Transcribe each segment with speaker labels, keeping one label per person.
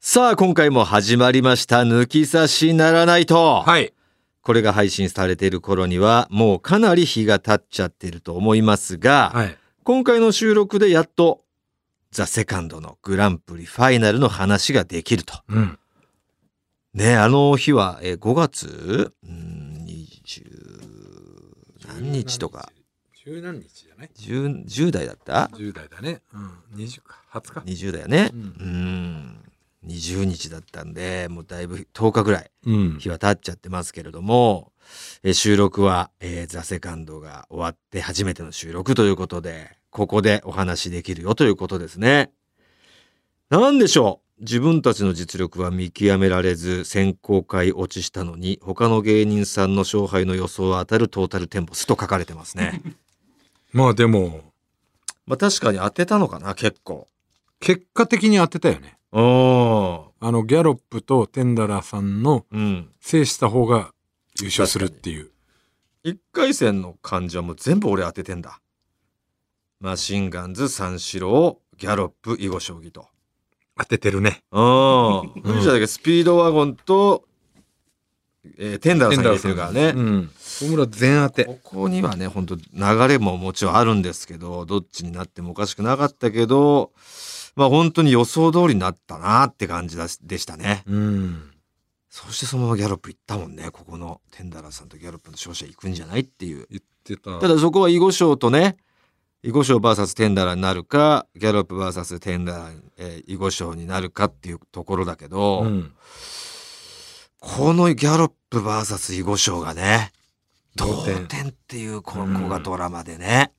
Speaker 1: さあ、今回も始まりました。抜き差しならないと。
Speaker 2: はい。
Speaker 1: これが配信されている頃には、もうかなり日が経っちゃってると思いますが、
Speaker 2: はい。
Speaker 1: 今回の収録でやっと、ザ・セカンドのグランプリファイナルの話ができると。
Speaker 2: うん。
Speaker 1: ねあの日は、えー5月、うん、20何日とか。
Speaker 2: 十何日じゃない
Speaker 1: 10, 10代だった
Speaker 2: 十代だね。うん。二十か。二
Speaker 1: 20
Speaker 2: 十日。
Speaker 1: 代よね
Speaker 2: う
Speaker 1: うんん20日だったんでもうだいぶ10日ぐらい
Speaker 2: うん
Speaker 1: 日は経っちゃってますけれども、えー収録は、えーザ・セカンドが終わって初めての収録ということでここでお話しできるよということですね。なんでしょう自分たちの実力は見極められず選考会落ちしたのに他の芸人さんの勝敗の予想は当たるトータルテンボスと書かれてますね。
Speaker 2: まあでも、
Speaker 1: まあ確かに当てたのかな結構。
Speaker 2: 結果的に当てたよね。
Speaker 1: うーん
Speaker 2: あの、ギャロップとテンダラーさんの
Speaker 1: うん。
Speaker 2: 制した方が優勝するっていう。
Speaker 1: 一回戦の患者も全部俺当ててんだマシンガンズ三四郎ギャロップ囲碁将棋と
Speaker 2: 当ててるね。
Speaker 1: うん
Speaker 2: うん
Speaker 1: 藤田だけスピードワゴンと、えーテンダラーさん入れてるからね、
Speaker 2: うん。小村全当て。
Speaker 1: ここにはね本当流れももちろんあるんですけどどっちになってもおかしくなかったけどまあ本当に予想通りになったなって感じだしでしたね
Speaker 2: うん。
Speaker 1: そしてそのままギャロップ行ったもんねここのテンダラーさんとギャロップの勝者行くんじゃないっていう
Speaker 2: 言ってた。
Speaker 1: ただそこは囲碁将とね囲碁将 VS テンダラーになるかギャロップ VS テンダラー、えー囲碁将になるかっていうところだけど、
Speaker 2: うん。
Speaker 1: このギャロップ VS 囲碁将がね同
Speaker 2: 同点
Speaker 1: 点っていうここがドラマでね、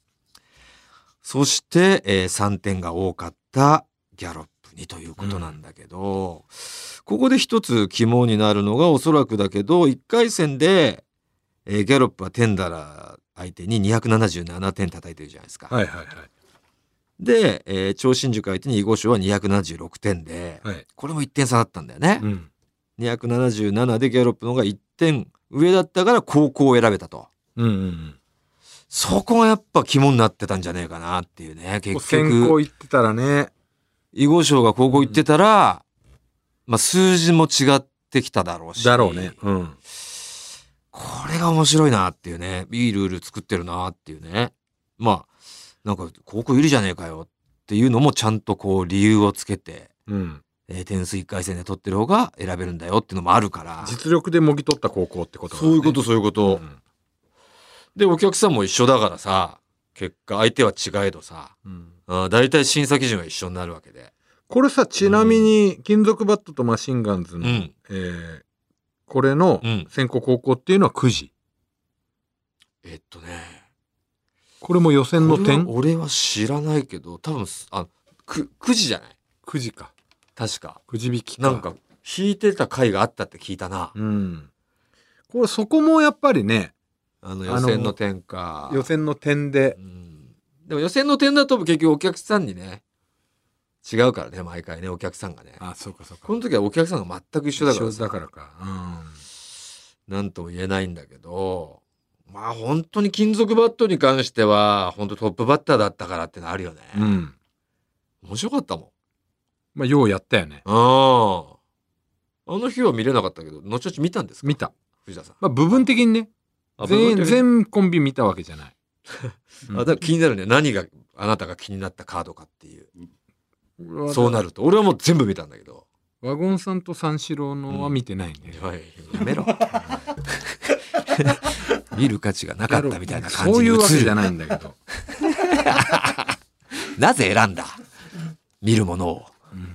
Speaker 1: そして、え3点が多かったギャロップにということなんだけど、ここで一つ肝になるのがおそらくだけど1回戦で、えーギャロップはテンダラー相手に277点叩いてるじゃないですか。
Speaker 2: はいはい
Speaker 1: で、えー超新塾相手に囲碁将は276点で、
Speaker 2: はい。はい。
Speaker 1: これも1点差だったんだよね。
Speaker 2: うん。
Speaker 1: 277でギャロップの方が1点上だったから高校を選べたと。
Speaker 2: うんうん
Speaker 1: そこがやっぱ肝になってたんじゃねえかなっていうね。
Speaker 2: うん。
Speaker 1: 結
Speaker 2: 先行
Speaker 1: 局、
Speaker 2: 行ってたらね。
Speaker 1: 囲碁賞が高校行ってたら、まあ数字も違ってきただろうし。
Speaker 2: だろうね。うん。
Speaker 1: これが面白いなっていうね。いいルール作ってるなっていうね。まあ、なんか高校有利じゃねえかよっていうのもちゃんとこう理由をつけて、
Speaker 2: うん。
Speaker 1: えー点数1回戦で取ってる方が選べるんだよっていうのもあるから。
Speaker 2: 実力でもぎ取った高校ってことだね
Speaker 1: そういうことそういうこと。
Speaker 2: ん
Speaker 1: でお客さんも一緒だからさ結果相手は違えどさ
Speaker 2: うん
Speaker 1: あー大体審査基準が一緒になるわけで
Speaker 2: これさちなみに金属バットとマシンガンズ
Speaker 1: う
Speaker 2: の、
Speaker 1: ん
Speaker 2: えーこれの
Speaker 1: うん
Speaker 2: 先行高校っていうのは9時
Speaker 1: えっとね
Speaker 2: これも予選の
Speaker 1: これは
Speaker 2: 点
Speaker 1: 俺は知らないけど多分すあく9時じゃない
Speaker 2: 9時か
Speaker 1: 確か
Speaker 2: 9時引き
Speaker 1: なんか弾いてた回があったって聞いたな、
Speaker 2: うんこれそこもやっぱりね
Speaker 1: あの予選の点か
Speaker 2: 予、選の点で
Speaker 1: うん、でも予選の点だと結局お客さんにね違うからね毎回ねお客さんがね
Speaker 2: あそうかそうか
Speaker 1: この時はお客さんが全く一緒だから
Speaker 2: 一
Speaker 1: さ
Speaker 2: 緒だからか
Speaker 1: なんとも言えないんだけど、まあ本当に金属バットに関しては、本当トップバッターだったからってのあるよね。
Speaker 2: うん、うん
Speaker 1: 面白かったもん。
Speaker 2: まあようやったよね
Speaker 1: うん。あの日は見れなかったけど、後々見たんですか
Speaker 2: 見。た
Speaker 1: 藤田さん。
Speaker 2: まあ部分的にね
Speaker 1: あ部分
Speaker 2: 全
Speaker 1: 的に
Speaker 2: 全コンビ見たわけじ ゃない、
Speaker 1: あだから気になるね。何があなたが気になったカードかっていう。
Speaker 2: うん
Speaker 1: そうなると。俺はもう全部見たんだけど。
Speaker 2: ワゴンさんと三四郎のは見てないんで、
Speaker 1: おいやめろ。 見る価値がなかったみたいな感
Speaker 2: そ
Speaker 1: じに映
Speaker 2: ういうわけじゃ
Speaker 1: る。
Speaker 2: ないんだけ ど、
Speaker 1: なぜ選んだ見るものを。
Speaker 2: うん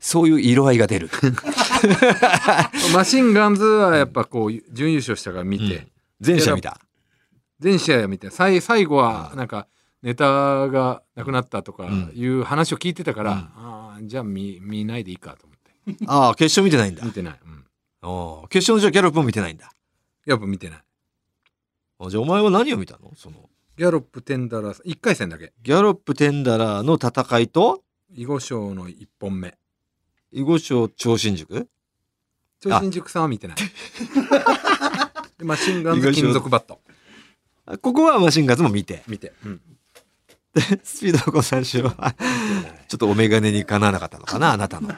Speaker 1: そういう色合いが出る。
Speaker 2: マシンガンズはやっぱこう準優勝したから見て、
Speaker 1: うん全社見た。
Speaker 2: 全試合を見て最最後はなんかネタがなくなったとか
Speaker 1: うん
Speaker 2: いう話を聞いてたから、
Speaker 1: うん
Speaker 2: あーじゃあ見見ないでいいかと思って
Speaker 1: ああ、決勝見てないんだ
Speaker 2: 見。てない、うん、
Speaker 1: おー決勝のじゃあギャロップも見てないんだ。
Speaker 2: やっぱ見てない
Speaker 1: あじゃあお前は何を見たのその、
Speaker 2: ギャロップテンダラー1回戦だけ
Speaker 1: ギャロップテンダラーの戦いと、
Speaker 2: 囲碁賞の1本目
Speaker 1: 囲碁賞超新塾
Speaker 2: 超新塾さんは見てない でマシンガンズ
Speaker 1: 囲碁将
Speaker 2: 金属バット
Speaker 1: あここはマシンガンズも見て。
Speaker 2: 見て、うん
Speaker 1: スピードゴー三四郎は、ちょっとお眼鏡にかなわなかったのかな、あなたの。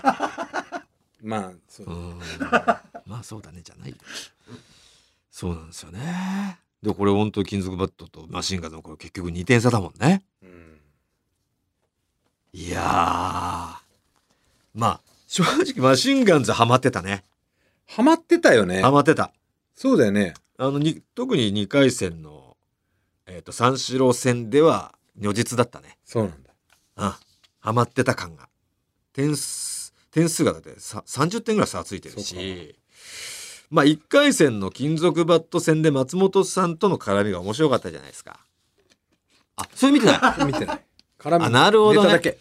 Speaker 2: まあそうう
Speaker 1: ーん まあそうだねじゃないよそうなんですよねでこれ本当金属バットとマシンガンズもこれ結局2点差だもんね
Speaker 2: うん
Speaker 1: いやーまあ正直マシンガンズハマってたね
Speaker 2: ハマってたよね
Speaker 1: ハマってた
Speaker 2: そうだよね
Speaker 1: あのに特に2回戦の、えー、と三四郎戦では如実だったね
Speaker 2: そうなんだ
Speaker 1: うんハマってた感が点数点数がだってさ30点ぐらい差ついてるしまあ1回戦の金属バット戦で松本さんとの絡みが面白かったじゃないですかあそれ見てない
Speaker 2: 見てない絡 み
Speaker 1: あなるほどね
Speaker 2: ネタだけ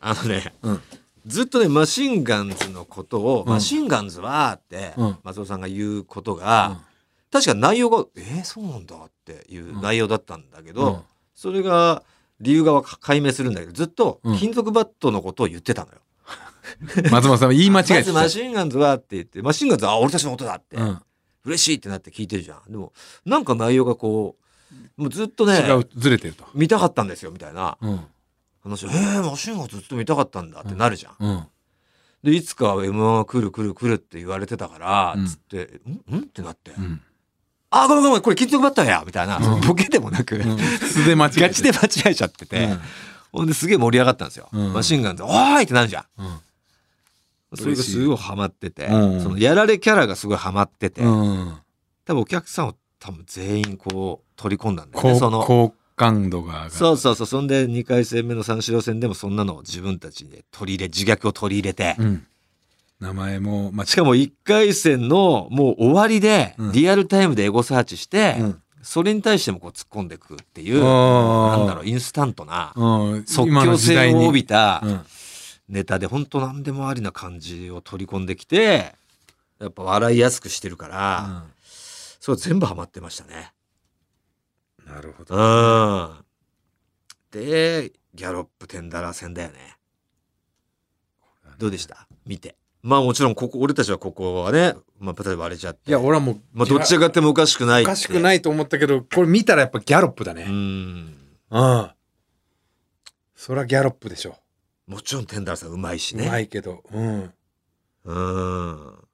Speaker 1: あのね
Speaker 2: うん
Speaker 1: ずっとねマシンガンズのことを、
Speaker 2: うん
Speaker 1: マシンガンズはって
Speaker 2: うん
Speaker 1: 松本さんが言うことが、確か内容がえー、そうなんだっていう内容だったんだけど、
Speaker 2: うん
Speaker 1: それが理由が解明するんだけどずっと
Speaker 2: うん
Speaker 1: 金属バットのことを言ってたのよ。
Speaker 2: 松本さん言い間違
Speaker 1: ま
Speaker 2: えて
Speaker 1: ず
Speaker 2: た
Speaker 1: マシンガンズはって言ってマシンガンズはあ俺たちのことだって、
Speaker 2: うん
Speaker 1: 嬉しいってなって聞いてるじゃんでもなんか内容がこうもうずっとね
Speaker 2: 違うずれてると
Speaker 1: 見たかったんですよみたいな
Speaker 2: うん
Speaker 1: 話えー、マシンガンズずっと見たかったんだってなるじゃん。
Speaker 2: うん
Speaker 1: でいつか m 1が来る来る来るって言われてたから、
Speaker 2: うん
Speaker 1: つって「んん?」ってなって「
Speaker 2: うん
Speaker 1: あごめんごめんこれ金属バットや」みたいな、
Speaker 2: うん
Speaker 1: ボケでもなく、
Speaker 2: うん素で間違えて
Speaker 1: ガチで間違えちゃってて、ほんですげえ盛り上がったんですよ。
Speaker 2: うん
Speaker 1: マシンガンズ「おーい!」ってなるじゃん。
Speaker 2: うん
Speaker 1: それがすごいハマってて、
Speaker 2: うん
Speaker 1: そのやられキャラがすごいハマってて、
Speaker 2: うんうん
Speaker 1: 多分お客さんを多分全員こう取り込んだんだよね。
Speaker 2: 好
Speaker 1: その
Speaker 2: 好感度が上がる
Speaker 1: そうそうそうそんで2回戦目の三四郎戦でもそんなのを自分たちで取り入れ自虐を取り入れて、
Speaker 2: うん名前も間違
Speaker 1: しかも1回戦のもう終わりで
Speaker 2: うん
Speaker 1: リアルタイムでエゴサーチして、
Speaker 2: えうん
Speaker 1: それに対してもこう突っ込んでいくっていう
Speaker 2: あー
Speaker 1: なんだろうインスタントな
Speaker 2: うん
Speaker 1: 即
Speaker 2: 今の
Speaker 1: 興
Speaker 2: 時代
Speaker 1: 性
Speaker 2: に
Speaker 1: を帯びた
Speaker 2: うん
Speaker 1: ネタで本当何でもありな感じを取り込んできてやっぱ笑いやすくしてるから、それ全部ハマってましたね。
Speaker 2: うんなるほど
Speaker 1: うん。で、ギャロップテンダラー戦だよね。どうでした見て。まあもちろん、ここ、俺たちはここはね、まあ、例えば割れちゃって。
Speaker 2: いや俺はもう
Speaker 1: まあどっちが勝ってもおかしくない。
Speaker 2: おかしくないいと思ったけどこれ見たらやっぱギャロップだ
Speaker 1: う
Speaker 2: ね
Speaker 1: ん。
Speaker 2: うんそりゃギャロップでしょ
Speaker 1: もちろんテンダラーさんうまいし
Speaker 2: う
Speaker 1: ね。
Speaker 2: まいけどうん
Speaker 1: うん。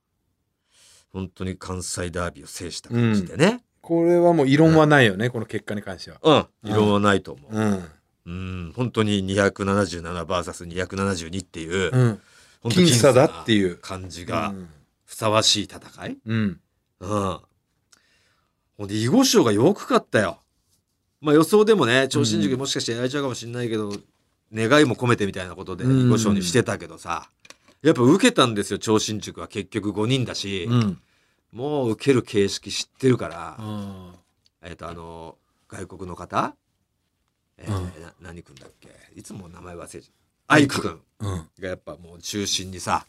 Speaker 1: 本当に関西ダービーを制した感じでね。
Speaker 2: これはもう異論はないよねこの結果に関しては
Speaker 1: うん。異論はないと思う。
Speaker 2: うん
Speaker 1: うん。本当に 277vs272 っていう、
Speaker 2: うん
Speaker 1: 本当
Speaker 2: 僅差だって
Speaker 1: う
Speaker 2: いう
Speaker 1: 感じ
Speaker 2: う
Speaker 1: が
Speaker 2: ん
Speaker 1: ふさわしい戦い
Speaker 2: うん
Speaker 1: うん。ほんで、囲碁賞がよくかったよ。まあ予想でもね、超新塾もしかしてやられちゃうかもしれないけど、願いも込めてみたいなことで
Speaker 2: うん
Speaker 1: 囲碁賞にしてたけどさ、やっぱ受けたんですよ、超新塾は結局5人だし、
Speaker 2: うん
Speaker 1: もう受ける形式知ってるから、
Speaker 2: あ
Speaker 1: えっ、と、あの、外国の方、えー
Speaker 2: う
Speaker 1: な何君だっけいつも名前忘れちゃう。アイク君
Speaker 2: ーうん
Speaker 1: がやっぱもう中心にさ、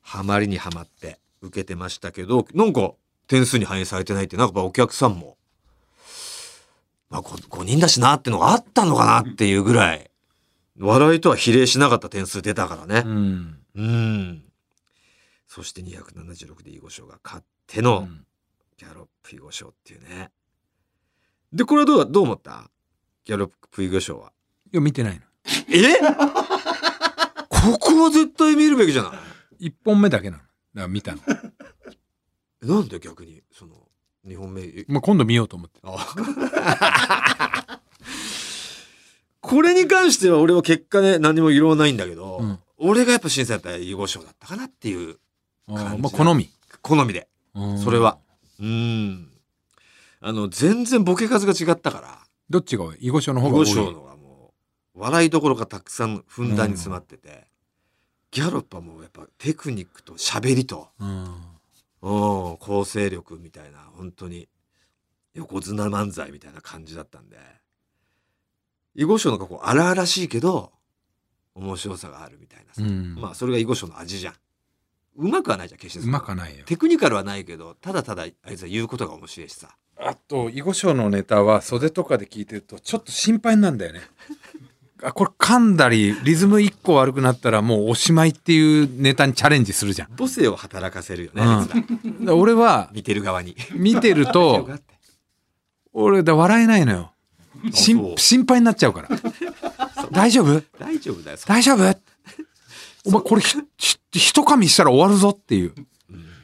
Speaker 1: ハマりにはまって受けてましたけど、なんか点数に反映されてないって、なんかやっぱお客さんも、まあ 5, 人だしなってのがあったのかなっていうぐらい、笑いとは比例しなかった点数出たから
Speaker 2: う
Speaker 1: ね。
Speaker 2: ん
Speaker 1: うん。そして276で囲碁賞が勝っての、
Speaker 2: うん
Speaker 1: ギャロップ囲碁賞っていうね。で、これはどうだ、どう思ったギャロップ囲碁賞は。
Speaker 2: いや見てないの
Speaker 1: え ここは絶対見るべきじゃない
Speaker 2: 一本目だけなのだから 見たの、
Speaker 1: えなんで逆にその2本目え
Speaker 2: まあ、今度見ようと思って
Speaker 1: あこれに関しては俺は結果ね何も異論はないんだけど、
Speaker 2: うん
Speaker 1: 俺がやっぱ審査やったら囲碁賞だったかなっていう
Speaker 2: あー
Speaker 1: 感じ
Speaker 2: まあ好み
Speaker 1: 好みで
Speaker 2: うん
Speaker 1: それはうんあの全然ボケ数が違ったか
Speaker 2: どっちが多い囲碁賞の
Speaker 1: ら
Speaker 2: 方
Speaker 1: 囲
Speaker 2: が多
Speaker 1: 碁
Speaker 2: い
Speaker 1: 賞のがもう笑いどころがたくさんふんだんに詰まってて、ギャロップはもうやっぱテクニックと喋りと
Speaker 2: うん
Speaker 1: うん、構成力みたいな、本当に、横綱漫才みたいな感じだったんで、囲碁賞のこう荒々しいけど、面白さがあるみたいなさ。
Speaker 2: うん
Speaker 1: まあ、それが囲碁賞の味じゃん。うまくはないじゃん、決して。
Speaker 2: うまくはないよ
Speaker 1: テクニカルはないけど、ただただ、あいつは言うことが面白いしさ。
Speaker 2: あと囲碁賞のネタは袖とかで聞いてるとちょっと心配になるんだよねあこれ噛んだりリズム一個悪くなったらもうおしまいっていうネタにチャレンジするじゃん
Speaker 1: 母性を働かせるよね、
Speaker 2: うん
Speaker 1: あいつら
Speaker 2: だから俺は
Speaker 1: 見てる側に。
Speaker 2: 見てると俺だ笑えないのよし
Speaker 1: あそ
Speaker 2: ん
Speaker 1: う
Speaker 2: 心配になっちゃうから大丈夫
Speaker 1: 大丈夫だよ、そ
Speaker 2: 大丈夫お前これひ、ひ、ひと噛みしたら終わるぞっていう。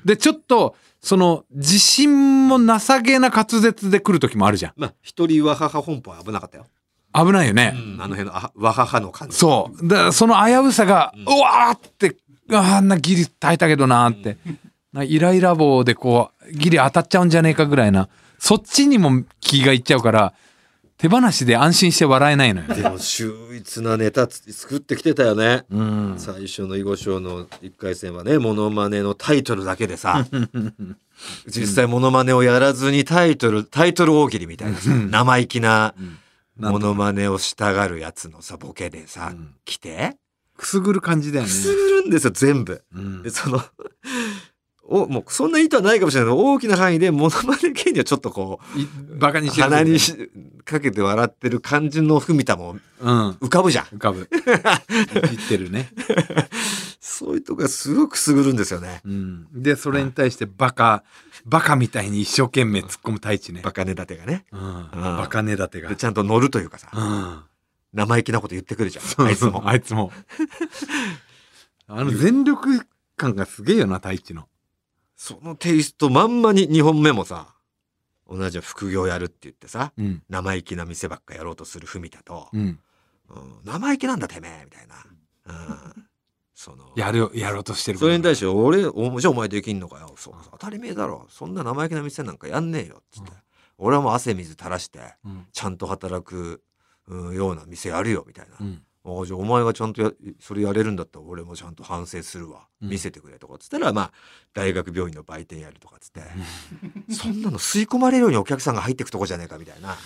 Speaker 2: で、ちょっと、その、自信も情けな滑舌で来る時もあるじゃ
Speaker 1: まあ、一人わはは本舗は危なかったよ。
Speaker 2: ん。危ないよね。
Speaker 1: うんあの辺のあわははの感じ。
Speaker 2: そう。だからその危うさが、うわーって、あんなギリ耐えたけどなーって。なイライラ棒でこう、ギリ当たっちゃうんじゃねえかぐらいな。そっちにも気がいっちゃうから、手放しで安心して笑えないのよ。
Speaker 1: でも秀逸なネタつ作ってきてたよね。
Speaker 2: うん。
Speaker 1: 最初の囲碁賞の1回戦はね、モノマネのタイトルだけでさ、実際モノマネをやらずにタイトル、タイトル大喜利みたいなさ、生意気なモノマネをしたがるやつのさ、ボケでさ、
Speaker 2: うん
Speaker 1: 来て、
Speaker 2: くすぐる感じだよ
Speaker 1: く
Speaker 2: ね。
Speaker 1: すぐるんですよ、全部。
Speaker 2: うん
Speaker 1: で、その、お、もうそんな意図はないかもしれないけど、大きな範囲でモノマネ芸人はちょっとこう、
Speaker 2: いバカにしてる
Speaker 1: 鼻にしかけて笑ってる感じの文田も
Speaker 2: うん。
Speaker 1: 浮かぶじゃん。
Speaker 2: 浮かぶ。言ってるね。
Speaker 1: そういうとこがすごくすぐるんですよね。
Speaker 2: うん。で、それに対してバカ、バカみたいに一生懸命突っ込む太一ね。
Speaker 1: バカネ立てがね。
Speaker 2: うん。
Speaker 1: うん
Speaker 2: バカねだてが
Speaker 1: で、。ちゃんと乗るというかさ、
Speaker 2: うん。
Speaker 1: 生意気なこと言ってくるじゃん。あいつも。
Speaker 2: あいつも。あの全力感がすげえよな、太一の。
Speaker 1: そのテイストまんまに2本目もさ、同じ副業やるって言ってさ、
Speaker 2: うん。
Speaker 1: 生意気な店ばっかやろうとする文田と、
Speaker 2: うん。
Speaker 1: うん生意気なんだてめえみたいな。うん。その。
Speaker 2: やるよ、やろうとしてる
Speaker 1: それに対して、俺、おじゃあお前できんのかよ。そうそう当たり前だろ。そんな生意気な店なんかやんねえよ。つって。俺はもう汗水垂らして、
Speaker 2: うん。
Speaker 1: ちゃんと働く、うん、ような店やるよ、みたいな。
Speaker 2: うん。
Speaker 1: ああじゃあお前がちゃんとやそれやれるんだったら俺もちゃんと反省するわ、
Speaker 2: うん
Speaker 1: 見せてくれとかっつったらまあ大学病院の売店やるとかっつって、 そんなの吸い込まれるようにお客さんが入ってくとこじゃねえかみたい な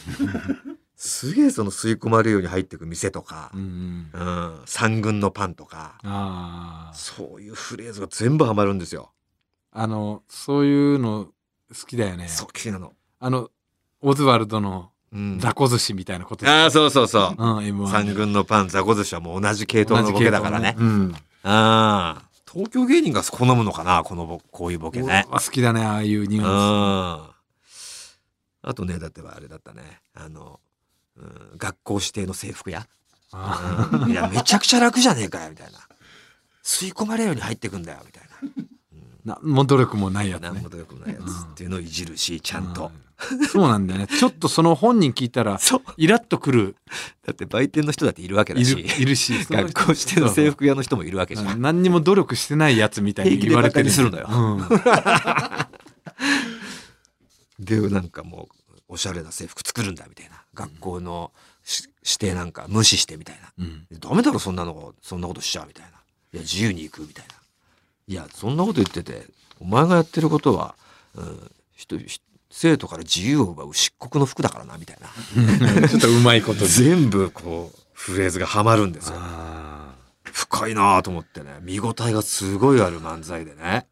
Speaker 1: すげえその吸い込まれるように入ってく店とか、
Speaker 2: うん。
Speaker 1: うん、三軍のパンとか
Speaker 2: ああ。
Speaker 1: そういうフレーズが全部ハマるんですよ。
Speaker 2: あの、そういうの好きだよね。
Speaker 1: そう気になるの、
Speaker 2: あの、オズワルドの
Speaker 1: うん、
Speaker 2: 雑魚寿司みたいなこと。
Speaker 1: ああそうそうそう
Speaker 2: うん、M1。
Speaker 1: 三軍のパンザコ寿司はもう同じ系統のボケだからね。
Speaker 2: うん。
Speaker 1: ああ東京芸人が好むのかなこのボこういうボケ
Speaker 2: 俺
Speaker 1: ね
Speaker 2: は。好きだね、ああいうニュアン
Speaker 1: ああとねだってはあれだったねあの、うん、学校指定の制服屋、
Speaker 2: スあ
Speaker 1: うんいやめちゃくちゃ楽じゃねえかよみたいな吸い込まれるように入ってくんだよみたい
Speaker 2: ー。なんも努力もないや
Speaker 1: な何
Speaker 2: つね
Speaker 1: も。努力もないやつっていうのをいじるしちゃんと、
Speaker 2: うん。そうなんだよね。ちょっとその本人聞いたら、
Speaker 1: そう
Speaker 2: イラッとくる、
Speaker 1: だって売店の人だっているわけだ
Speaker 2: い
Speaker 1: し
Speaker 2: る、いるし。
Speaker 1: 学校指定の制服屋の人もいるわけじゃん、
Speaker 2: うん何にも努力してないやつみたいに言われて る
Speaker 1: 平気でバ
Speaker 2: う
Speaker 1: でなんかもうおしゃれな制服作るんだみたいな学校のし指定なんか無視してみたいな、
Speaker 2: んうん
Speaker 1: ダメだろそんなのそんなことしちゃうみたいないや自由に行くみたいないやそんなこと言っててお前がやってることは、うん、人ひ生徒から自由を奪う漆黒の服だからなみたいな
Speaker 2: ちょっとうまいこと
Speaker 1: 全部こうフレーズがはまるんですよ
Speaker 2: あ
Speaker 1: 深いなぁと思ってね見応えがすごいある漫才でね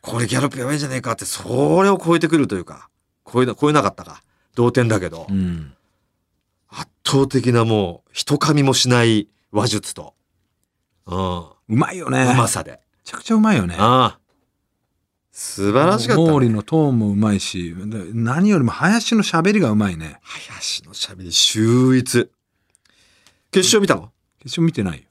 Speaker 1: これギャロップやばいんじゃねえかってそれを超えてくるというか超えな超えなかったか同点だけど、
Speaker 2: ーうん
Speaker 1: 圧倒的なもう人噛みもしない話術と、うん、
Speaker 2: うまいよね
Speaker 1: うま
Speaker 2: め
Speaker 1: さで。
Speaker 2: ちゃくちゃうまいよね
Speaker 1: ああ。素晴らしかった、
Speaker 2: 毛利
Speaker 1: ね。
Speaker 2: のトーンもうまいしで何よりも林の喋りがうまいね
Speaker 1: 林のしゃべり秀逸。決勝見たの、
Speaker 2: 決勝見てないよ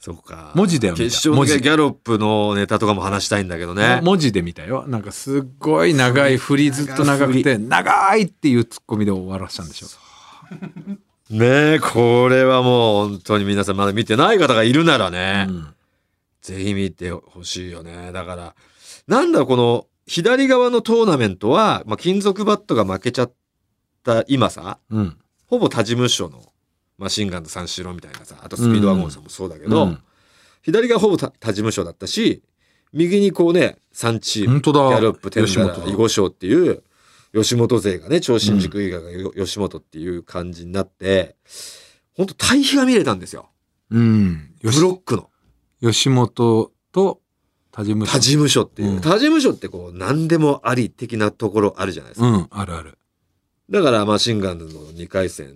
Speaker 1: そうか。
Speaker 2: 文字だよ見た
Speaker 1: 決勝
Speaker 2: 文
Speaker 1: で
Speaker 2: 字
Speaker 1: ギャロップのネタとかも話したいんだけどね。
Speaker 2: 文字で見たよなんかすっごい長い振りずっと長くて長いっていうツッコミで終わらせたんでしょ
Speaker 1: ねえ、これはもう本当に皆さんまだ見てない方がいるならね、
Speaker 2: うん
Speaker 1: ぜひ見てほしいよね。だから、なんだろうこの左側のトーナメントは、まあ、金属バットが負けちゃった今さ、
Speaker 2: うん
Speaker 1: ほぼ他事務所のマシンガンズ三四郎みたいなさ、あとスピードワゴンさんもそうだけど、
Speaker 2: うん
Speaker 1: 左がほぼ他他事務所だったし、右にこうね、3チーム、
Speaker 2: 本当
Speaker 1: ギ
Speaker 2: だ
Speaker 1: ャロップ、テン
Speaker 2: 吉
Speaker 1: ダ
Speaker 2: 本
Speaker 1: ラ
Speaker 2: だ、
Speaker 1: 囲碁賞っていう、吉本勢がね、超新宿以外がよ、吉本っていう感じになって、本当対比が見れたんですよ。
Speaker 2: うん
Speaker 1: ブ
Speaker 2: よし
Speaker 1: ロックの。
Speaker 2: 吉本と田島
Speaker 1: 他事務所っていう。
Speaker 2: うん
Speaker 1: 他事務所ってこう、何でもあり的なところあるじゃないですか。
Speaker 2: うんあるある
Speaker 1: だから、マシンガンズの2回戦、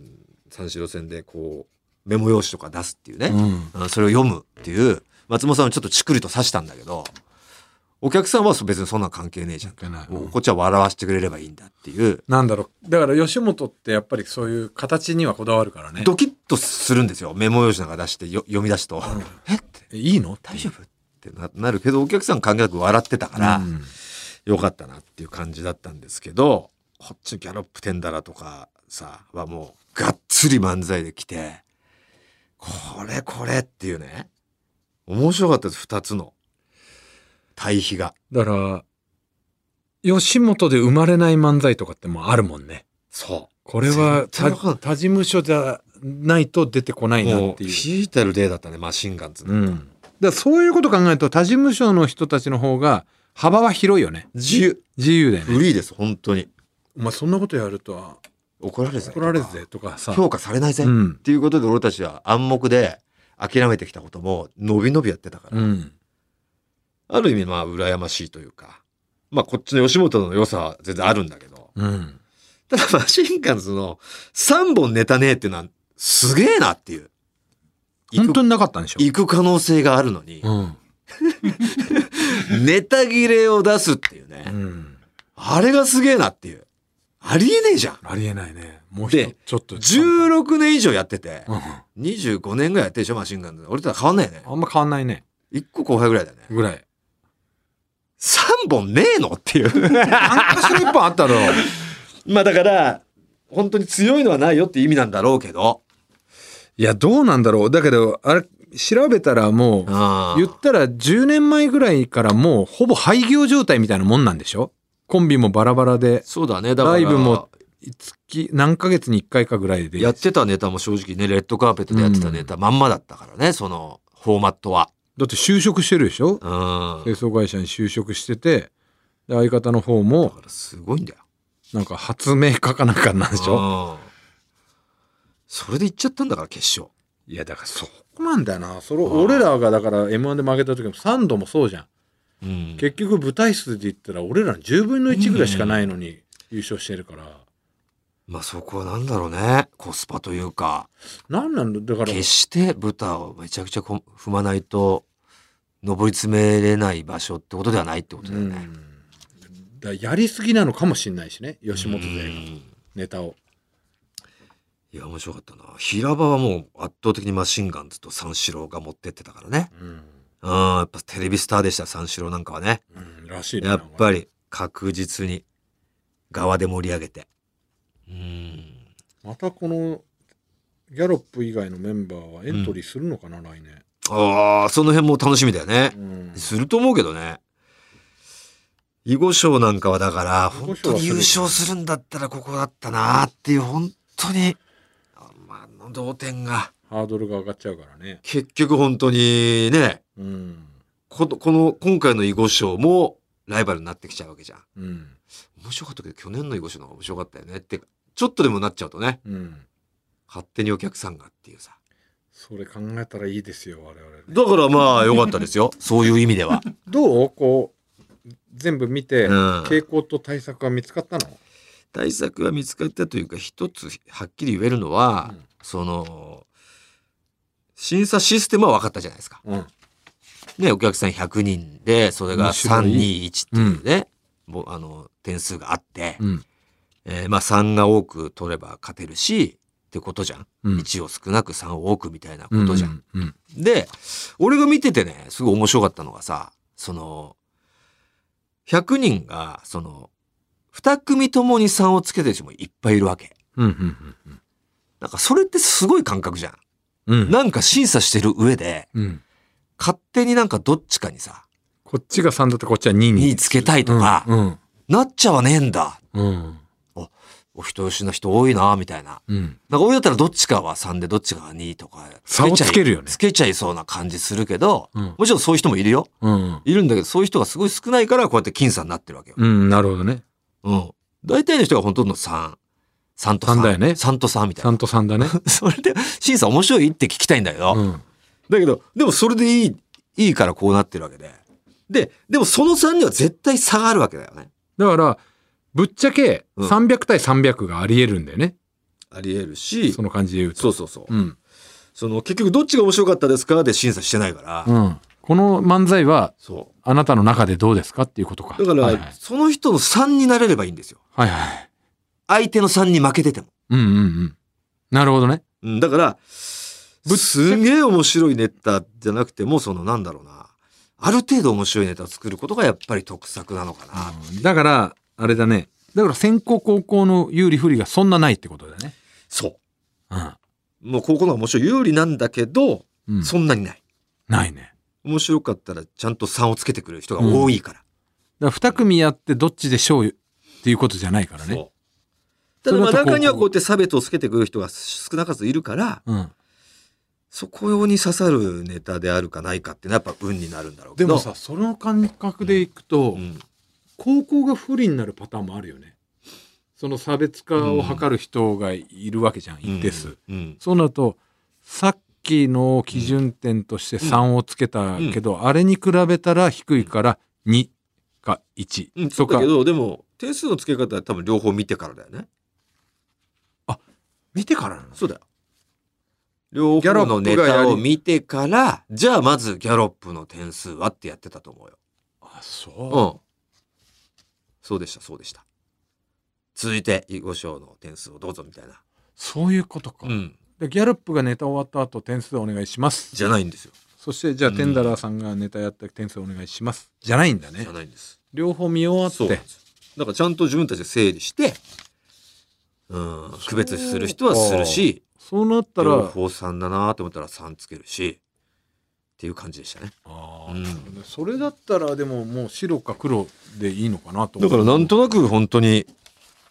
Speaker 1: 三四郎戦でこう、メモ用紙とか出すっていうね。
Speaker 2: うん
Speaker 1: あのそれを読むっていう、松本さんをちょっとチクリと刺したんだけど、お客さんはそう別にそんな関係ねえじゃん
Speaker 2: 関係ない
Speaker 1: もうこっちは笑わせてくれればいいんだっていう
Speaker 2: なんだろうだから吉本ってやっぱりそういう形にはこだわるからね
Speaker 1: ドキッとするんですよメモ用紙なんか出してよ読み出すと、えって
Speaker 2: いいの
Speaker 1: 大丈夫ってななるけどお客さん関係なく笑ってたから、
Speaker 2: うん
Speaker 1: よかったなっていう感じだったんですけどこっちのギャロップテンダラとかさはもうがっつり漫才で来てこれこれっていうね面白かったです2つの対比が
Speaker 2: だから吉本で生まれない漫才とかってもうあるもんね
Speaker 1: そ
Speaker 2: これは
Speaker 1: 絶対
Speaker 2: 他
Speaker 1: わかんない
Speaker 2: 他事務所じゃないと出てこな
Speaker 1: う
Speaker 2: いな
Speaker 1: も
Speaker 2: っ
Speaker 1: う
Speaker 2: ていう
Speaker 1: ひいてる例だったねマシンガンズの、
Speaker 2: うん、だからそういうこと考えると他事務所の人たちの方が幅は広いよね
Speaker 1: 自由
Speaker 2: 自由だよね
Speaker 1: フリーです本当に
Speaker 2: お前そんなことやるとは
Speaker 1: 怒られず
Speaker 2: 怒られるぜとかさ、
Speaker 1: 評価されないぜ、
Speaker 2: う
Speaker 1: っ
Speaker 2: ん
Speaker 1: ていうことで俺たちは暗黙で諦めてきたことも伸び伸びやってたから、
Speaker 2: うん、
Speaker 1: ある意味まあ羨ましいというかまあこっちの吉本の良さは全然あるんだけど
Speaker 2: うん、
Speaker 1: ただマシンガンズの3本ネタねえっていうのはすげえなっていう
Speaker 2: 本当
Speaker 1: に
Speaker 2: になかったんでしょ、
Speaker 1: 行く可能性があるのに
Speaker 2: うん
Speaker 1: ネタ切れを出すっていうね、
Speaker 2: うん、
Speaker 1: あれがすげえなっていうありえねえじゃん
Speaker 2: ありえないねもうひと
Speaker 1: で
Speaker 2: ちょっと
Speaker 1: 16年以上やってて
Speaker 2: うん
Speaker 1: 25年ぐらいやってるでしょマシンガンズ俺とは変わんないよね
Speaker 2: あんま変わんないね
Speaker 1: 1個後輩ぐらいだよね
Speaker 2: ぐらい
Speaker 1: 3本ねえのっていう
Speaker 2: 何かしら一本あったろう
Speaker 1: まあだから、本当に強いのはないよって意味なんだろうけど。
Speaker 2: いやどうなんだろうだけどあれ調べたらもう
Speaker 1: あ
Speaker 2: 言ったら10年前ぐらいからもうほぼ廃業状態みたいなもんなんでしょコンビもバラバラで
Speaker 1: そうだね。だから、
Speaker 2: ライブも月何ヶ月に1回かぐらいで
Speaker 1: やってたネタも正直ね、レッドカーペットでやってたネタまんまだったからね、その、フォーマットは。
Speaker 2: だって就職してるでしょ
Speaker 1: うん。
Speaker 2: 清掃会社に就職しててで相方の方
Speaker 1: だ
Speaker 2: も
Speaker 1: からすごいんだよ。
Speaker 2: なんか発明家かなんかなんでしょ
Speaker 1: うんそれで行っちゃったんだから、決勝。
Speaker 2: いやだからそこなんだよなそれ
Speaker 1: ん
Speaker 2: 俺らがだから m 1で負けた時も3度もそうじゃん
Speaker 1: うん
Speaker 2: 結局舞台数で言ったら俺らの10分の1ぐらいしかないのに優勝してるから
Speaker 1: まあそこはなんだろうね。コスパというか、
Speaker 2: 何なんだだから
Speaker 1: 決して豚をめちゃくちゃこ踏まないと、上り詰めれない場所ってことではないってことだよね。
Speaker 2: だからやりすぎなのかもしれないしね吉本
Speaker 1: う
Speaker 2: 勢が
Speaker 1: ん
Speaker 2: ネタを
Speaker 1: いや、面白かったな。平場はもう圧倒的にマシンガンズと三四郎が持ってってたからね。
Speaker 2: うん、
Speaker 1: うん、やっぱテレビスターでした、三四郎なんかはね。
Speaker 2: らしいね
Speaker 1: やっぱり確実に側で盛り上げて。うん。
Speaker 2: またこのギャロップ以外のメンバーはエントリーするのかな、来年、
Speaker 1: ああ、その辺も楽しみだよね
Speaker 2: う。ん、
Speaker 1: すると思うけどね。囲碁賞なんかはだから、
Speaker 2: 囲碁
Speaker 1: 本当
Speaker 2: 賞はする
Speaker 1: に優勝するんだったらここだったなっていう、本当に、あまああの同点が。
Speaker 2: ハードルが上がっちゃうからね
Speaker 1: 結局本当にね、
Speaker 2: うん
Speaker 1: ことこの今回の囲碁賞もライバルになってきちゃうわけじゃん。
Speaker 2: うん
Speaker 1: 面白かったけど去年の囲碁賞の方が面白かったよねってちょっとでもなっちゃうとね
Speaker 2: うん
Speaker 1: 勝手にお客さんがっていうさ
Speaker 2: それ考えたらいいですよ我々ね
Speaker 1: だからまあ良かったですよ そういう意味では、
Speaker 2: どうこう全部見て、
Speaker 1: うん、
Speaker 2: 傾向と対策は見つかったの
Speaker 1: 対策は見つかったというか一つはっきり言えるのは、
Speaker 2: うん
Speaker 1: その審査システムは分かったじゃないですか。
Speaker 2: うん
Speaker 1: ねお客さん100人でそれが
Speaker 2: 面白い
Speaker 1: 321っていうね、もうあの点数があって、
Speaker 2: うん
Speaker 1: えーまあ3が多く取れば勝てるしってことじゃん。
Speaker 2: うん
Speaker 1: 1を少なく3を多くみたいなことじゃん。
Speaker 2: うん
Speaker 1: で、俺が見ててね、すごい面白かったのがさ、その、100人が、その、2組ともに3をつけてる人もいっぱいいるわけ。
Speaker 2: うんうんうん
Speaker 1: なんかそれってすごい感覚じゃん。
Speaker 2: うんうん
Speaker 1: なんか審査してる上で、
Speaker 2: うん
Speaker 1: 勝手になんかどっちかにさ、
Speaker 2: こっちが3だったらこっちは2に
Speaker 1: につけたいとか、
Speaker 2: うん
Speaker 1: なっちゃわねえんだ。
Speaker 2: うん
Speaker 1: お人よしの人多いな、みたいな。
Speaker 2: うん
Speaker 1: なんか俺だったらどっちかは3でどっちかが2とか
Speaker 2: 差をつけるよね
Speaker 1: つけちゃいそうな感じするけど、
Speaker 2: うん
Speaker 1: もちろんそういう人もいるよ。
Speaker 2: うん
Speaker 1: いるんだけど、そういう人がすごい少ないから、こうやって僅差になってるわけよ。
Speaker 2: うんなるほどね
Speaker 1: うん。大体の人がほとんど3。3と3。
Speaker 2: 三だよね
Speaker 1: 3と3みたいな。
Speaker 2: 3と3だね
Speaker 1: それで、審査面白いって聞きたいんだけど。
Speaker 2: うん
Speaker 1: だけど、でもそれでいい、いいからこうなってるわけで。で、でもその3には絶対差があるわけだよね。
Speaker 2: だからぶっちゃけ
Speaker 1: うん
Speaker 2: 300対300がありえるんだよね
Speaker 1: あり得るし
Speaker 2: そ、の感じで言うと
Speaker 1: そうそうそう。
Speaker 2: うん
Speaker 1: その、結局どっちが面白かったですかで審査してないから、
Speaker 2: うんこの漫才は
Speaker 1: そ
Speaker 2: あなたの中でどうですかっていうことか。
Speaker 1: う。だから、
Speaker 2: はいはい、
Speaker 1: その人の3になれればいいんですよ。
Speaker 2: はいはい。
Speaker 1: 相手の3に負けてても。
Speaker 2: うんうんうん。なるほどね。
Speaker 1: うん、だから、
Speaker 2: ぶっ
Speaker 1: すげえ面白いネタじゃなくても、そのなんだろうな。ある程度面白いネタを作ることがやっぱり得策なのかな。
Speaker 2: だから、あれだね。だから先行高校の有利不利がそんなないってことだね。
Speaker 1: そ
Speaker 2: うん
Speaker 1: う。もう高校の方が面白い有利なんだけど、
Speaker 2: うん。
Speaker 1: そんなにない。
Speaker 2: ないね。
Speaker 1: 面白かったらちゃんと3をつけてくれる人が多いから。
Speaker 2: だから2組やってどっちで勝利っていうことじゃないからね。
Speaker 1: そう。ただまあ
Speaker 2: それだとこう
Speaker 1: 中にはこうやって差別をつけてくる人が少なからずいるから、
Speaker 2: うん。
Speaker 1: そこに刺さるネタであるかないかっていうのはやっぱ運になるんだろうけ
Speaker 2: で
Speaker 1: ど。
Speaker 2: もさ、その感覚でいくと、
Speaker 1: うん、
Speaker 2: 高校が不利になるパターンもあるよね。その差別化を図る人がいるわけじゃん、一定数。
Speaker 1: うん。うん。
Speaker 2: そうなるとさっきの基準点として3をつけたけど、あれに比べたら低いから2か
Speaker 1: うん、
Speaker 2: 1
Speaker 1: そ
Speaker 2: と
Speaker 1: うだ
Speaker 2: か、
Speaker 1: けど、でも、点数の付け方は多分両方見てからだよね。
Speaker 2: 見てからなの
Speaker 1: そうだよ。両方のネタを見てから、じゃあまずギャロップの点数はってやってたと思うよ。
Speaker 2: あそう、
Speaker 1: うん。そうでした、そうでした。続いて、囲碁賞の点数をどうぞみたいな。
Speaker 2: そういうことか、
Speaker 1: うん。
Speaker 2: でギャルップがネタ終わった後点数お願いします
Speaker 1: じゃないんですよ。
Speaker 2: そしてじゃあ
Speaker 1: うん
Speaker 2: テンダラーさんがネタやった点数お願いしますじゃないんだ
Speaker 1: じ
Speaker 2: ね
Speaker 1: ゃないんです。
Speaker 2: 両方見終わ
Speaker 1: そう
Speaker 2: っ
Speaker 1: なん
Speaker 2: て
Speaker 1: ですよだからちゃんと自分たちで整理して、うん、区別する人はするし、
Speaker 2: そうなった
Speaker 1: 両
Speaker 2: ら
Speaker 1: 方3だなと思ったら3つけるし、っていう感じでしたね。
Speaker 2: あ
Speaker 1: うん
Speaker 2: ー、それだったらでももう白か黒でいいのかなと思
Speaker 1: だか
Speaker 2: う
Speaker 1: らなんとなく本当に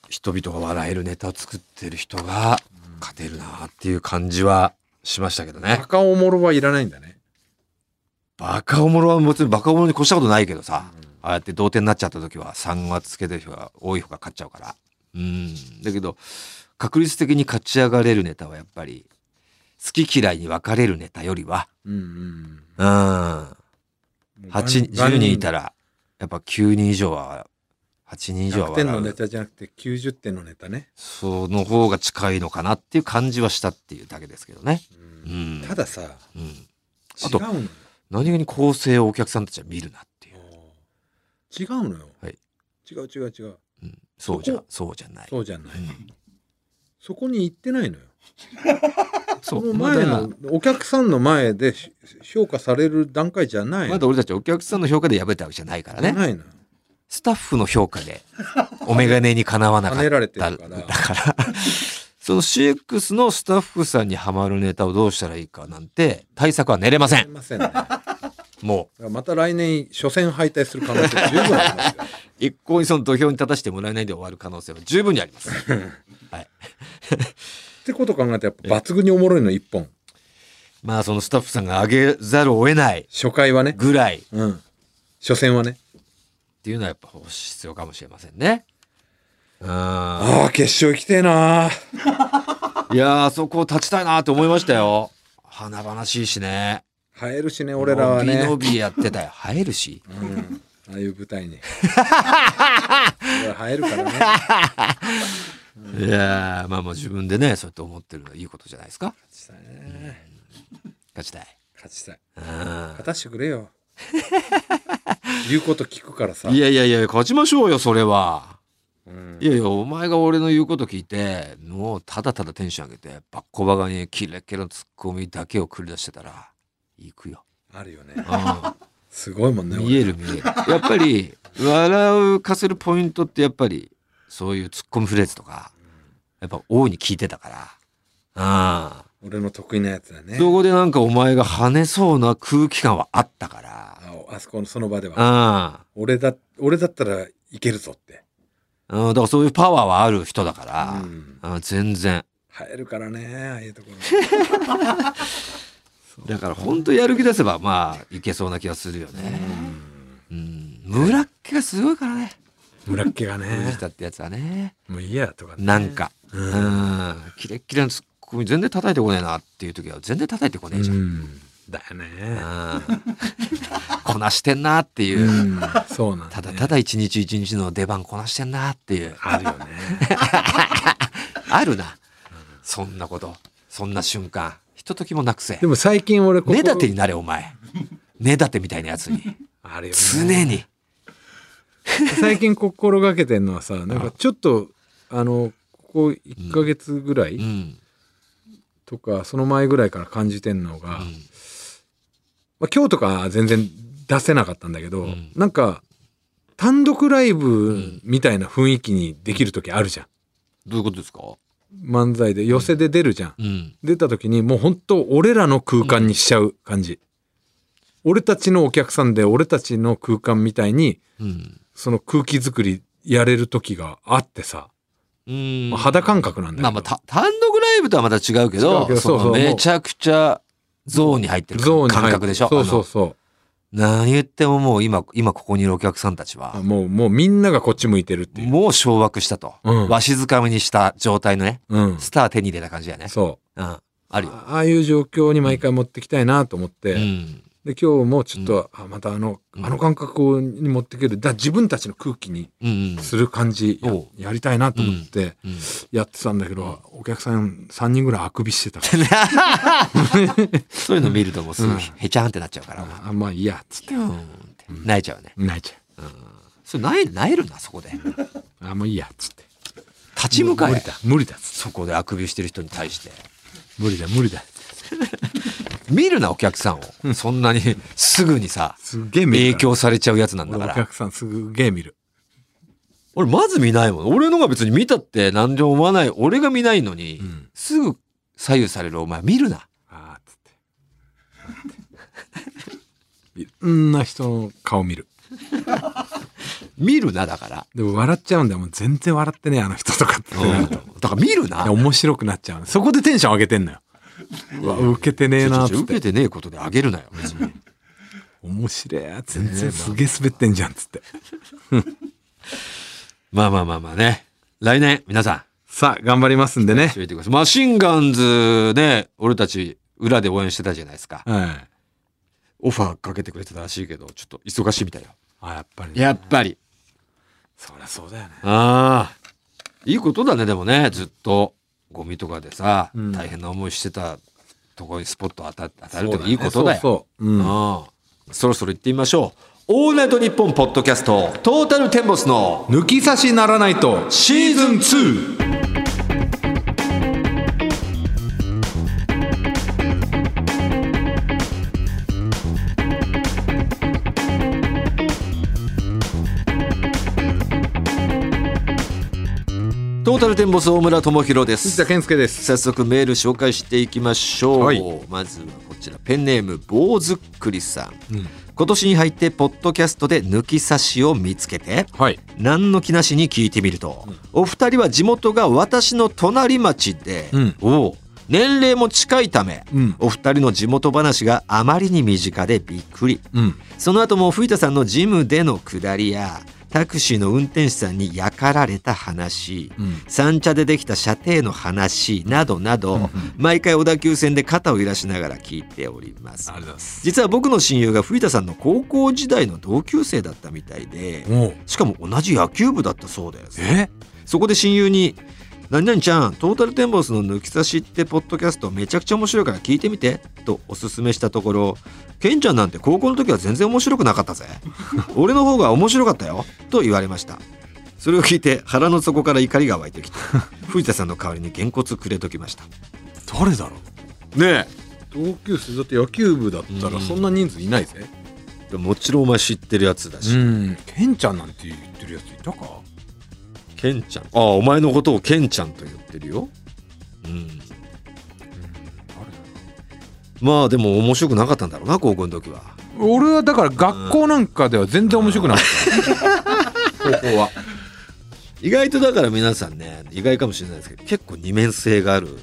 Speaker 1: 人々が笑えるネタを作ってる人が勝てるなっていう感じはしましたけどね
Speaker 2: バ。カおもろはいらないんだね
Speaker 1: バカおもろは別にバカおもろに越したことないけどさ、ああやって同点になっちゃった時は3がつけてる人が多い方が勝っちゃうから。うん。だけど、確率的に勝ち上がれるネタはやっぱり、好き嫌いに分かれるネタよりは、
Speaker 2: うんうん
Speaker 1: うん、8、
Speaker 2: もうガン
Speaker 1: 10人いた
Speaker 2: ガン
Speaker 1: ら、やっぱ9人以上は、8人以上は
Speaker 2: 100点の
Speaker 1: 笑
Speaker 2: ネ
Speaker 1: う。
Speaker 2: タじゃなくて90点のネタね、
Speaker 1: その方が近いのかなっていう感じはしたっていうだけですけどね。
Speaker 2: うん
Speaker 1: うん。
Speaker 2: たださ
Speaker 1: うん、
Speaker 2: 違
Speaker 1: あと
Speaker 2: うのよ
Speaker 1: 何気に構成をお客さんたちは見るなっていう。
Speaker 2: 違うのよ、
Speaker 1: はい
Speaker 2: 違う違う違う
Speaker 1: うん、そうじゃ、そうじゃない。
Speaker 2: そうじゃない、
Speaker 1: うん
Speaker 2: そこに行ってないのよ
Speaker 1: そ
Speaker 2: そうの前
Speaker 1: まだ
Speaker 2: のお客さんの前でし評価される段階じゃないの
Speaker 1: まだ俺たちお客さんの評価で敗れたわけじゃないからね。
Speaker 2: ないのよ
Speaker 1: スタッフの評価 で、お眼鏡にかなわなかった。
Speaker 2: 跳ねられて
Speaker 1: だ
Speaker 2: る
Speaker 1: か
Speaker 2: から
Speaker 1: ら、 その CX のスタッフさんにはまるネタをどうしたらいいかなんて、対策は練れませ
Speaker 2: すい
Speaker 1: ん。
Speaker 2: ませんねだか
Speaker 1: も
Speaker 2: らまた来年初戦敗退する可能性十分あります
Speaker 1: う、
Speaker 2: よ
Speaker 1: 一向にその土俵に立たせてもらえないで終わる可能性は十分にあり ます。はい。
Speaker 2: ってこと考えてやっぱ抜群におもろいの一本
Speaker 1: まあ、そのスタッフさんが上げざるを得ない
Speaker 2: 初回はね
Speaker 1: ぐらいっ
Speaker 2: うん初戦はね
Speaker 1: ていうのはやっぱ必要かもしれませんね。うん。
Speaker 2: ああ決勝行きてえなー
Speaker 1: いやー、そこ立ちたいなと思いましたよ。華々しいしね。
Speaker 2: 生えるしね俺らは
Speaker 1: の
Speaker 2: ね、
Speaker 1: びのびやってたよ。映えるし。
Speaker 2: うん、ああいう舞台に 俺ら生えるからね
Speaker 1: いやー、まあまあ自分でね、そうやって思ってるのはいいことじゃないですか。
Speaker 2: 勝ちたい
Speaker 1: 勝ちた
Speaker 2: ね
Speaker 1: い。
Speaker 2: 勝ちたい
Speaker 1: うん
Speaker 2: 勝たしてくれよ 言うこと聞くからさ
Speaker 1: いやいやいや、勝ちましょうよ、それは。
Speaker 2: うん
Speaker 1: いやいや、お前が俺の言うこと聞いて、もうただただテンション上げて、バッコバカにキレッキレのツッコミだけを繰り出してたら、行くよ。
Speaker 2: あるよね
Speaker 1: うん
Speaker 2: すごいもん ね
Speaker 1: 見
Speaker 2: 俺
Speaker 1: える見える。やっぱり、笑うかせるポイントってやっぱり、そういうツッコミフレーズとか、やっぱ大いに聞いてたから。うん。
Speaker 2: 俺の得意なやつだね
Speaker 1: そこでなんかお前が跳ねそうな空気感はあったか
Speaker 2: ああそこのその場では
Speaker 1: ら。
Speaker 2: 俺だ俺だったらいけるぞって
Speaker 1: うん。うん、だからそういうパワーはある人だか
Speaker 2: うん
Speaker 1: ら、うん、全然。
Speaker 2: 生えるからねああいうとこ
Speaker 1: だから本当やる気出せば、まあ、いけそうな気がするよ
Speaker 2: ろ、う
Speaker 1: ね。
Speaker 2: ん、
Speaker 1: うん。村っ気がすごいからね。
Speaker 2: 村っ気がね
Speaker 1: 藤田ってやつはね。
Speaker 2: もう嫌やとかね
Speaker 1: なんか、う
Speaker 2: うん
Speaker 1: ん、キレッキレのツッコミ全然叩いてこねえなっていう時は全然叩いてこねえじゃん。
Speaker 2: うんだよね
Speaker 1: うん、こなしてんなっていう、
Speaker 2: うんそうなんだ
Speaker 1: た
Speaker 2: ね
Speaker 1: だただ一日一日の出番こなしてんなっていう、
Speaker 2: あるよね。
Speaker 1: あるな。そんなこと、そんな瞬間、ひとときもなくせ
Speaker 2: で。も最近俺ここ
Speaker 1: 根立てになれ、お前。根立てみたいなやつ に。
Speaker 2: あれよね
Speaker 1: 常に。
Speaker 2: 最近心がけてんのはさなんかちょっとあのここ1ヶ月ぐら
Speaker 1: う
Speaker 2: い
Speaker 1: ん。
Speaker 2: とかその前ぐらいから感じてんのが、
Speaker 1: うん
Speaker 2: まあ、今日とか全然出せなかったんだけど、
Speaker 1: うん
Speaker 2: なんか単独ライブみたいな雰囲気にできる時あるじゃん
Speaker 1: どういうことですか
Speaker 2: 漫才で寄せで出るじゃん、
Speaker 1: うん。
Speaker 2: 出た時にもう本当俺らの空間にしちゃう感じ、俺たちのお客さんで俺たちの空間みたいに
Speaker 1: うん。
Speaker 2: その空気作りやれる時があってさ、
Speaker 1: うん
Speaker 2: まあ肌感覚なんだけど、
Speaker 1: まあまあ、た単独ライブとはまた違うけ
Speaker 2: 違
Speaker 1: ど、
Speaker 2: うけどそうそう
Speaker 1: の
Speaker 2: もう
Speaker 1: めちゃくちゃゾーンに入ってる
Speaker 2: ゾーンに入る
Speaker 1: 感覚でしょ。
Speaker 2: そうそうそう
Speaker 1: あの何言ってももう今、今ここにいるお客さんたち
Speaker 2: あ
Speaker 1: は、
Speaker 2: もうもうみんながこっち向いてるっていう、
Speaker 1: もう掌握したと。
Speaker 2: うん
Speaker 1: わしづかみにした状態のね、
Speaker 2: うん、
Speaker 1: スター手に入れた感じだよね。
Speaker 2: そう
Speaker 1: うん。あるよ。
Speaker 2: あああいう状況に毎回持ってきたいなと思って、
Speaker 1: うん。
Speaker 2: で今日もちょっと、あまたあの
Speaker 1: うん
Speaker 2: あの感覚をに持ってくるだ自分たちの空気に
Speaker 1: うん。
Speaker 2: する感じや,、
Speaker 1: おう
Speaker 2: りたいなと思って
Speaker 1: うんうん
Speaker 2: やってたんだけど、お客さん3人ぐらいあくびしてたか
Speaker 1: そういうの見るともうすぐ
Speaker 2: うん
Speaker 1: へちゃんってなっちゃうから
Speaker 2: ら、あまあいいやっつって
Speaker 1: うんって泣いちゃうね。
Speaker 2: 泣いちゃ
Speaker 1: それ泣い泣えるな、そこで。
Speaker 2: うあもういいやっつって
Speaker 1: 立ち向か
Speaker 2: 無
Speaker 1: え
Speaker 2: 理。だ無理だっつって
Speaker 1: そこであくびしてる人に対して。
Speaker 2: 無理だ無理だ
Speaker 1: 見るな、お客さんを。そんなに すぐにさ、
Speaker 2: すっげえ見る
Speaker 1: 影
Speaker 2: から
Speaker 1: 響されちゃうやつなんだ
Speaker 2: 俺
Speaker 1: か
Speaker 2: お
Speaker 1: ら。
Speaker 2: 客さんすっげえ見る
Speaker 1: 俺、まず見ないもん。俺のが別に見たって何でも思わない。俺が見ないのに、
Speaker 2: うん
Speaker 1: すぐ左右されるお前見るな。
Speaker 2: ああっつっていろんな人の顔見る
Speaker 1: 見るな、だから。
Speaker 2: でも笑っちゃうんだよもう全然笑ってねえあの人とかってなると
Speaker 1: だから見るな。
Speaker 2: 面白くなっちゃうそこでテンション上げてんのようわ受けてねえなーっ
Speaker 1: ちょち
Speaker 2: つ
Speaker 1: ょ
Speaker 2: っ
Speaker 1: 受け
Speaker 2: て
Speaker 1: てねえことであげるなよ、別に。
Speaker 2: 面白え全然すげえ滑ってんじゃんっつって
Speaker 1: まあまあまあまあね。来年、皆さん、
Speaker 2: さあ頑張りますんでね
Speaker 1: 教えてください。マシンガンズね、俺たち裏で応援してたじゃないですか。
Speaker 2: はい
Speaker 1: オファーかけてくれてたらしいけど、ちょっと忙しいみたいよ。
Speaker 2: あやっぱりね
Speaker 1: やっぱり。
Speaker 2: そりゃそうだよね
Speaker 1: ああ。いいことだね、でもね、ずっとゴミとかでさ、
Speaker 2: うん
Speaker 1: 大変な思いしてたところにスポット当た当た
Speaker 2: あ
Speaker 1: るっていいことだよ。
Speaker 2: そうそう、うん、
Speaker 1: うんそろそろ行ってみましょう。オールナイトニッポンポッドキャスト、トータルテンボスの
Speaker 2: 抜き差しならないと
Speaker 1: シーズン
Speaker 2: 2
Speaker 1: トータルテンボス大村智弘で
Speaker 2: 藤
Speaker 1: す
Speaker 2: 田。健介です
Speaker 1: 早速メール紹介していきましょう、
Speaker 2: はい
Speaker 1: まずはこちらペンネーム坊ずっくりさん、
Speaker 2: うん
Speaker 1: 今年に入ってポッドキャストで抜き差しを見つけて
Speaker 2: はい
Speaker 1: 何の気なしに聞いてみると、お二人は地元が私の隣町で、
Speaker 2: うん
Speaker 1: おう年齢も近いため、
Speaker 2: うん
Speaker 1: お二人の地元話があまりに身近でびっくり
Speaker 2: うん
Speaker 1: その後も藤田さんのジムでの下りやタクシーの運転手さんにやかられた話、
Speaker 2: うん
Speaker 1: 三茶でできた射程の話などなど、毎回小田急線で肩を揺らしながら聞いております
Speaker 2: ありがとうございます
Speaker 1: 実は僕の親友が藤田さんの高校時代の同級生だったみたいで
Speaker 2: おう
Speaker 1: しかも同じ野球部だったそうです
Speaker 2: え
Speaker 1: そこで親友に「何々ちゃんトータルテンボスの抜き差しってポッドキャストめちゃくちゃ面白いから聞いてみて」とおすすめしたところ「ケンちゃんなんて高校の時は全然面白くなか ったぜ俺の方が面白かったよ」と言われましたそれを聞いて腹の底から怒りが湧い てきて藤田さんの代わりにげんこつくれときました
Speaker 2: 誰だろ
Speaker 1: ね
Speaker 2: う同級生だって野球部だったらそんな人数いないぜ
Speaker 1: えもちろんお前知ってるやつだし、
Speaker 2: うんケンちゃんなんて言ってるやついたか
Speaker 1: ケンちゃんああお前のことをケンちゃんと言ってるようんまあでも面白くなかったんだろうな高校の時は
Speaker 3: 俺はだから学校なんかでは全然面白くなかった高校は
Speaker 1: 意外とだから皆さんね意外かもしれないですけど結構二面性がある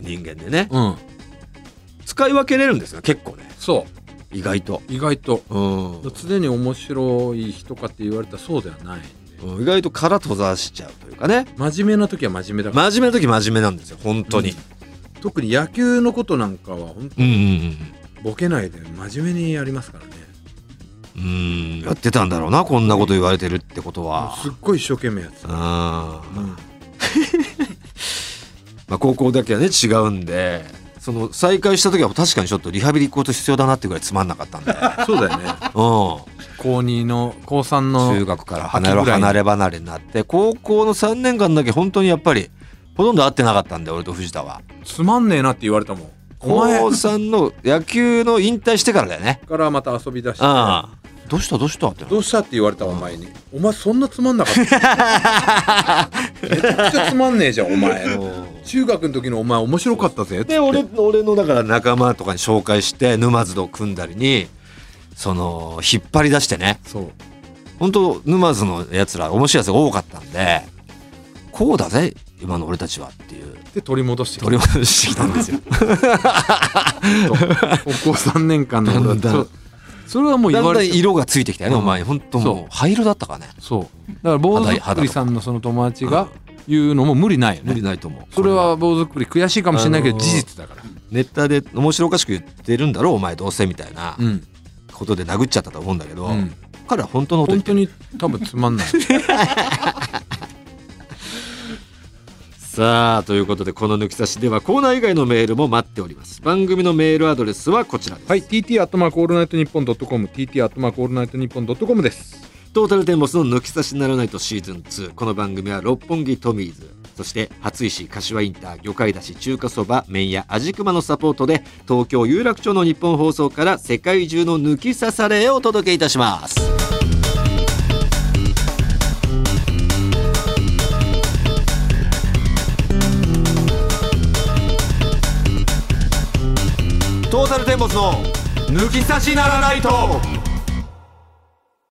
Speaker 1: 人間でね
Speaker 2: うん
Speaker 1: 使い分けれるんですよ結構ね
Speaker 2: そ
Speaker 1: 意外と、
Speaker 2: う意外と
Speaker 1: うん
Speaker 2: 常に面白い人かって言われたらそうではないんで
Speaker 1: うん意外と殻閉ざしちゃうというかね
Speaker 2: 真面目な時は真面目だから、
Speaker 1: 真面目な時真面目なんですよ本当に、
Speaker 2: 特に野球のことなんかは本当
Speaker 1: うん、
Speaker 2: ボケないで真面目にやりますからね
Speaker 1: うんうんうんやってたんだろうなこんなこと言われてるってことは
Speaker 2: すっごい一生懸命やって
Speaker 1: う
Speaker 2: た
Speaker 1: ん、ま
Speaker 2: うん
Speaker 1: あ、高校だけはね違うんでその再開した時は確かにちょっとリハビリ行くこと必要だなってぐらいつまんなかったんで、う
Speaker 2: そうだよね。
Speaker 1: ん、
Speaker 2: 高二の高三の
Speaker 1: 中学から離れ
Speaker 2: 秋ぐらいに
Speaker 1: 離れ離れになって高校の3年間だけ本当にやっぱりほとんど会ってなかったんで俺と藤田は
Speaker 2: つまんねえなって言われたもん。お前
Speaker 1: 高さんの野球の引退してからだよね
Speaker 2: からまた遊び出して。
Speaker 1: うんどうしたどうしたって
Speaker 2: どうしたって言われたお前に。お前そんなつまんなかった。 めちゃくちゃつまんねえじゃんお前。中学の時のお前面白かったぜ。
Speaker 1: で俺俺のだから仲間とかに紹介して沼津と組んだりにその引っ張り出してね
Speaker 2: そう。
Speaker 1: 本当沼津のやつら面白いやつが多かったんでこうだぜ今の俺たちはっていう
Speaker 2: で取り戻してきた
Speaker 1: 取り戻してきたんですよ
Speaker 2: 高校三年間の俺
Speaker 1: だ
Speaker 2: は
Speaker 1: んだん
Speaker 2: そうそれはもう
Speaker 1: だ
Speaker 2: 言
Speaker 1: ん
Speaker 2: わ
Speaker 1: だ
Speaker 2: れ
Speaker 1: ん
Speaker 2: て
Speaker 1: 色がついてきたよね、
Speaker 2: うん
Speaker 1: お前本当
Speaker 2: そ
Speaker 1: もう
Speaker 2: う
Speaker 1: 灰色だったからね
Speaker 2: そうだから坊主
Speaker 1: 肌
Speaker 2: 作りさんのその友達が言うのも無理ないよ
Speaker 1: 無
Speaker 2: ね
Speaker 1: 理ないと思う
Speaker 4: それは坊主っくり悔しいかもしれないけど
Speaker 1: あのー
Speaker 4: 事実だから、
Speaker 1: ネタで面白おかしく言ってるんだろうお前どうせみたいな
Speaker 4: うん
Speaker 1: ことで殴っちゃったと思うんだけど、
Speaker 4: うん
Speaker 1: 彼は本当のこと言
Speaker 2: 本
Speaker 1: って
Speaker 2: 当に多分つまんない
Speaker 1: さあということでこの抜き差しではコーナー以外のメールも待っております番組のメールアドレスはこちらです、
Speaker 2: はい TT アットマークオールナイトニッポンドットコム TT アットマークオールナイトニッポンドットコムです
Speaker 1: トータルテンボスの抜き差しならないとシーズン2この番組は六本木トミーズそして初石柏インター魚介だし中華そば麺屋味熊のサポートで東京有楽町の日本放送から世界中の抜き差されをお届けいたしますトータルテンボスの抜き差しならないと